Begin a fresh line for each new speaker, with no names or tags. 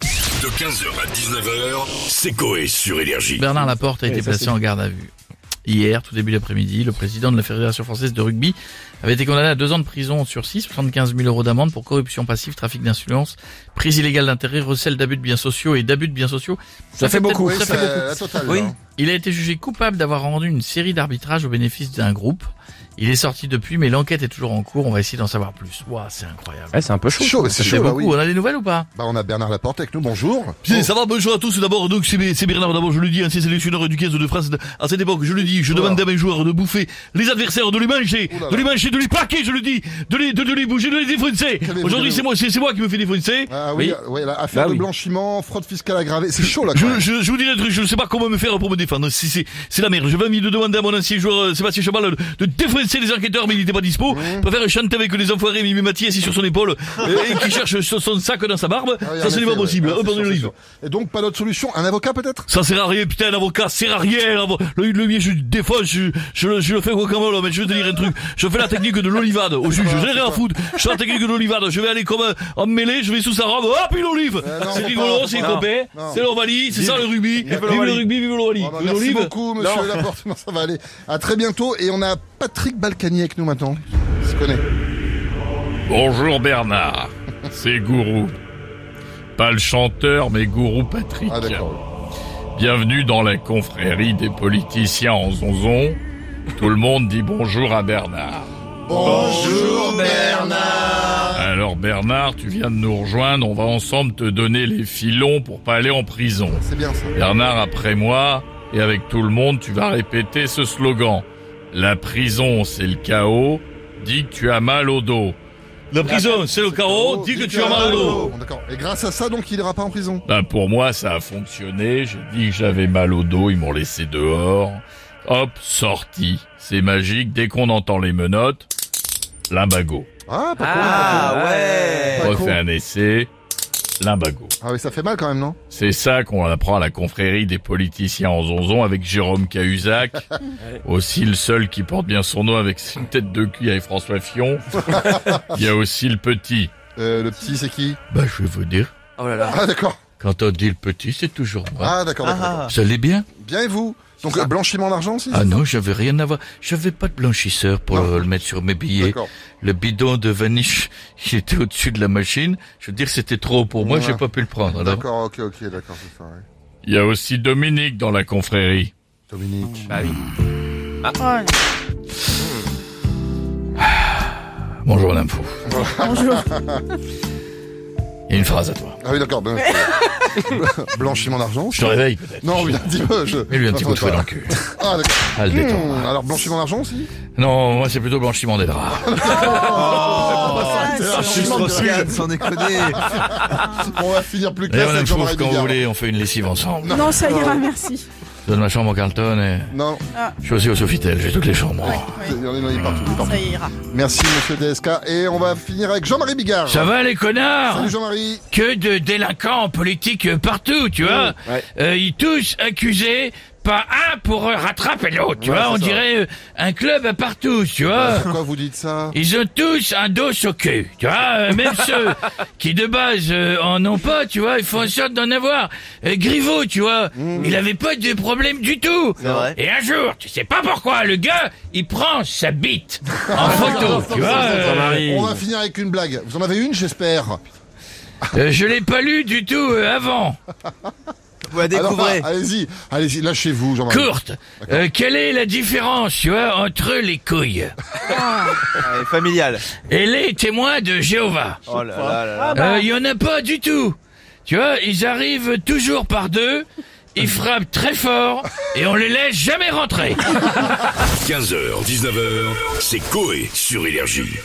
De 15h à 19h, c'est Coé sur Énergie.
Bernard Laporte a été
Oui, ça,
placé
c'est-
en garde à vue. Hier, tout début d'après-midi, le président de la Fédération française de rugby avait été condamné à deux ans de prison sur six, 75 000 euros d'amende pour corruption passive, trafic d'influence, prise illégale d'intérêt, recel d'abus de biens sociaux et d'abus de biens sociaux.
Ça fait
peut-être-
beaucoup.
ça fait beaucoup.
la totale.
Oui.
là.
Il a été jugé coupable d'avoir rendu une série d'arbitrages au bénéfice d'un groupe. Il est sorti depuis, mais l'enquête est toujours en cours. On va essayer d'en savoir plus. Waouh, c'est incroyable.
Ouais, Eh, c'est un peu
C'est
chaud.
chaud, c'est
C'est
chaud, bah
beaucoup.
oui.
hein.
On a des nouvelles ou pas
Bah, on a Bernard Laporte avec nous, bonjour. Oh.
Bien, ça va, bonjour à tous. D'abord, donc, c'est c'est Bernard, d'abord, je le dis, ancien sélectionneur du 15 de France. À cette époque, je le dis, je demandais à mes joueurs de bouffer les adversaires, de les manger,
Ouh là là.
de les manger, de les plaquer, je le dis, de les, de, de les bouger, de les défoncer.
Calmez-vous,
Aujourd'hui,
calmez-vous.
c'est moi, c'est c'est moi qui me fais défoncer.
Ah oui, ouais, la affaire
Bah
de
oui.
blanchiment, fraude fiscale aggravée, c'est chaud là. quand
Je,
même.
je, je vous dis un truc, je ne sais pas comment me faire pour me défendre. Si c'est c'est la merde. J'avais envie de demander à mon ancien joueur euh, Sébastien Chabal euh, de défoncer les enquêteurs, mais il n'était pas dispo. Je préfère chanter avec les enfoirés Mimi Mathieu assis sur son épaule euh, et qui cherche son son sac dans sa barbe.
Ah oui, en
ça, ce n'est
effet,
pas possible.
ouais. Ah,
Eux,
c'est
pardon,
sûr,
le
c'est
livre.
sûr. Et donc, pas d'autre solution Un avocat peut-être
Ça sert à rien, putain, un avocat, ça sert à rien. l'avo- Le, le mien, je le défonce, je, je, le- je le fais au camel, mais je vais te dire un truc. Je fais la technique de l'olivade au juge, j'ai rien à foutre. Je fais la technique de l'olivade, je vais aller comme un- en mêlée, je vais sous sa robe, hop, une olive
Euh, non,
C'est
faut
rigolo,
pas,
c'est
faut
copain,
Non.
c'est l'Ovalie, c'est ça le rugby. Vive le
l'Ovalie.
rugby, vive l'Ovalie.
Ah bah,
Vive
Merci
l'olive.
beaucoup, monsieur Laporte. Non, ça va aller. À très bientôt. Et on a Patrick Balkany avec nous maintenant. Il se connaît.
Bonjour Bernard, c'est Gourou. Pas le chanteur, mais Gourou Patrick.
Ah, d'accord.
Bienvenue dans la confrérie des politiciens en zonzon. Tout le monde dit bonjour à Bernard.
Bonjour, Bernard.
Alors Bernard, tu viens de nous rejoindre, on va ensemble te donner les filons pour pas aller en prison.
C'est bien ça.
Bernard, après moi, et avec tout le monde, tu vas répéter ce slogan. La prison, c'est le chaos. Dis que tu as mal au dos.
La prison, c'est le
Oh,
carreau, dis que tu as mal au dos.
Bon, D'accord. Et grâce à ça, donc, il ira pas en prison.
Ben pour moi, ça a fonctionné. J'ai dit que j'avais mal au dos, ils m'ont laissé dehors. Hop, sorti. C'est magique. Dès qu'on entend les menottes, l'imbago.
Ah, pas
Ah ouais.
con. Pas con.
Refait un essai, l'imbago.
Ah oui, ça fait mal quand même, non
C'est ça qu'on apprend à la confrérie des politiciens en zonzon avec Jérôme Cahuzac. aussi le seul qui porte bien son nom avec une tête de cul avec François Fillon. Il y a aussi le petit.
euh, Le petit, c'est qui
Ben, je vais vous dire,
Oh là là.
Ah d'accord.
quand on dit le petit, c'est toujours moi.
Ah d'accord. d'accord.
Ah.
Vous allez bien?
Bien et vous Donc euh, blanchiment d'argent aussi
Ah non, j'avais rien à voir. J'avais pas de blanchisseur pour
Non.
le, le mettre sur mes billets.
D'accord.
Le bidon de vaniche, il était au-dessus de la machine. Je veux dire, c'était trop pour moi,
Ouais.
j'ai pas pu le prendre. Alors.
D'accord, ok, ok, d'accord, c'est ça. ouais.
Il y a aussi Dominique dans la confrérie.
Dominique.
Bah.
Bonjour l'info.
Bonjour.
Il y a une phrase à toi.
Ah oui, d'accord. ben, blanchiment d'argent
Je te réveille peut-être.
Non, oui, un petit peu. Je...
Mets lui un petit coup de fouet dans le
Ah,
cul.
d'accord.
Ah, le détend.
Hum, Alors blanchiment d'argent aussi
Non, moi c'est plutôt blanchiment des draps.
Ah,
Oh,
Je suis trop sale, sans déconner.
Ah, On va finir plus
D'ailleurs,
classe
madame
avec Jean-Marie
Fouff, quand vous
Bigard.
voulez, on fait une lessive ensemble.
Non, ça ira, merci.
Je donne ma chambre au Carlton et
Non,
Ah
je suis aussi au Sofitel, j'ai toutes les chambres.
il y en a il y en a partout. il est partout.
Ça ira.
Ah
Merci monsieur DSK. Et on va finir avec Jean-Marie Bigard.
Ça va hein les connards
Salut Jean-Marie.
que de délinquants en politique euh, partout, tu vois.
ouais.
Euh, ils tous accusés, pas un pour euh, rattraper l'autre, tu
Ouais,
vois. On
c'est ça.
dirait euh, un club à partout, tu vois.
Pourquoi vous dites ça
Ils ont tous un dos au cul, tu vois. euh, même ceux qui de base euh, en ont pas, tu vois, ils font en sorte d'en avoir. Euh, Griveaux, tu vois, il avait pas de problème du tout.
vrai.
Et un jour, tu sais pas pourquoi, le gars, il prend sa bite en photo, tu vois. euh,
On va finir avec une blague. Vous en avez une, j'espère.
euh, je l'ai pas lu du tout euh, avant.
Vous la
Alors, bah,
découvrez.
allez-y, allez-y, lâchez-vous, Jean-Marie.
courte. Euh, quelle est la différence, tu vois, entre les couilles
Allez, Familial.
et les témoins de Jéhovah
Oh là là là là.
Il Euh, y en a pas du tout. Tu vois, ils arrivent toujours par deux, ils frappent très fort et on les laisse jamais rentrer.
15h, 19h, c'est Coé sur Énergie.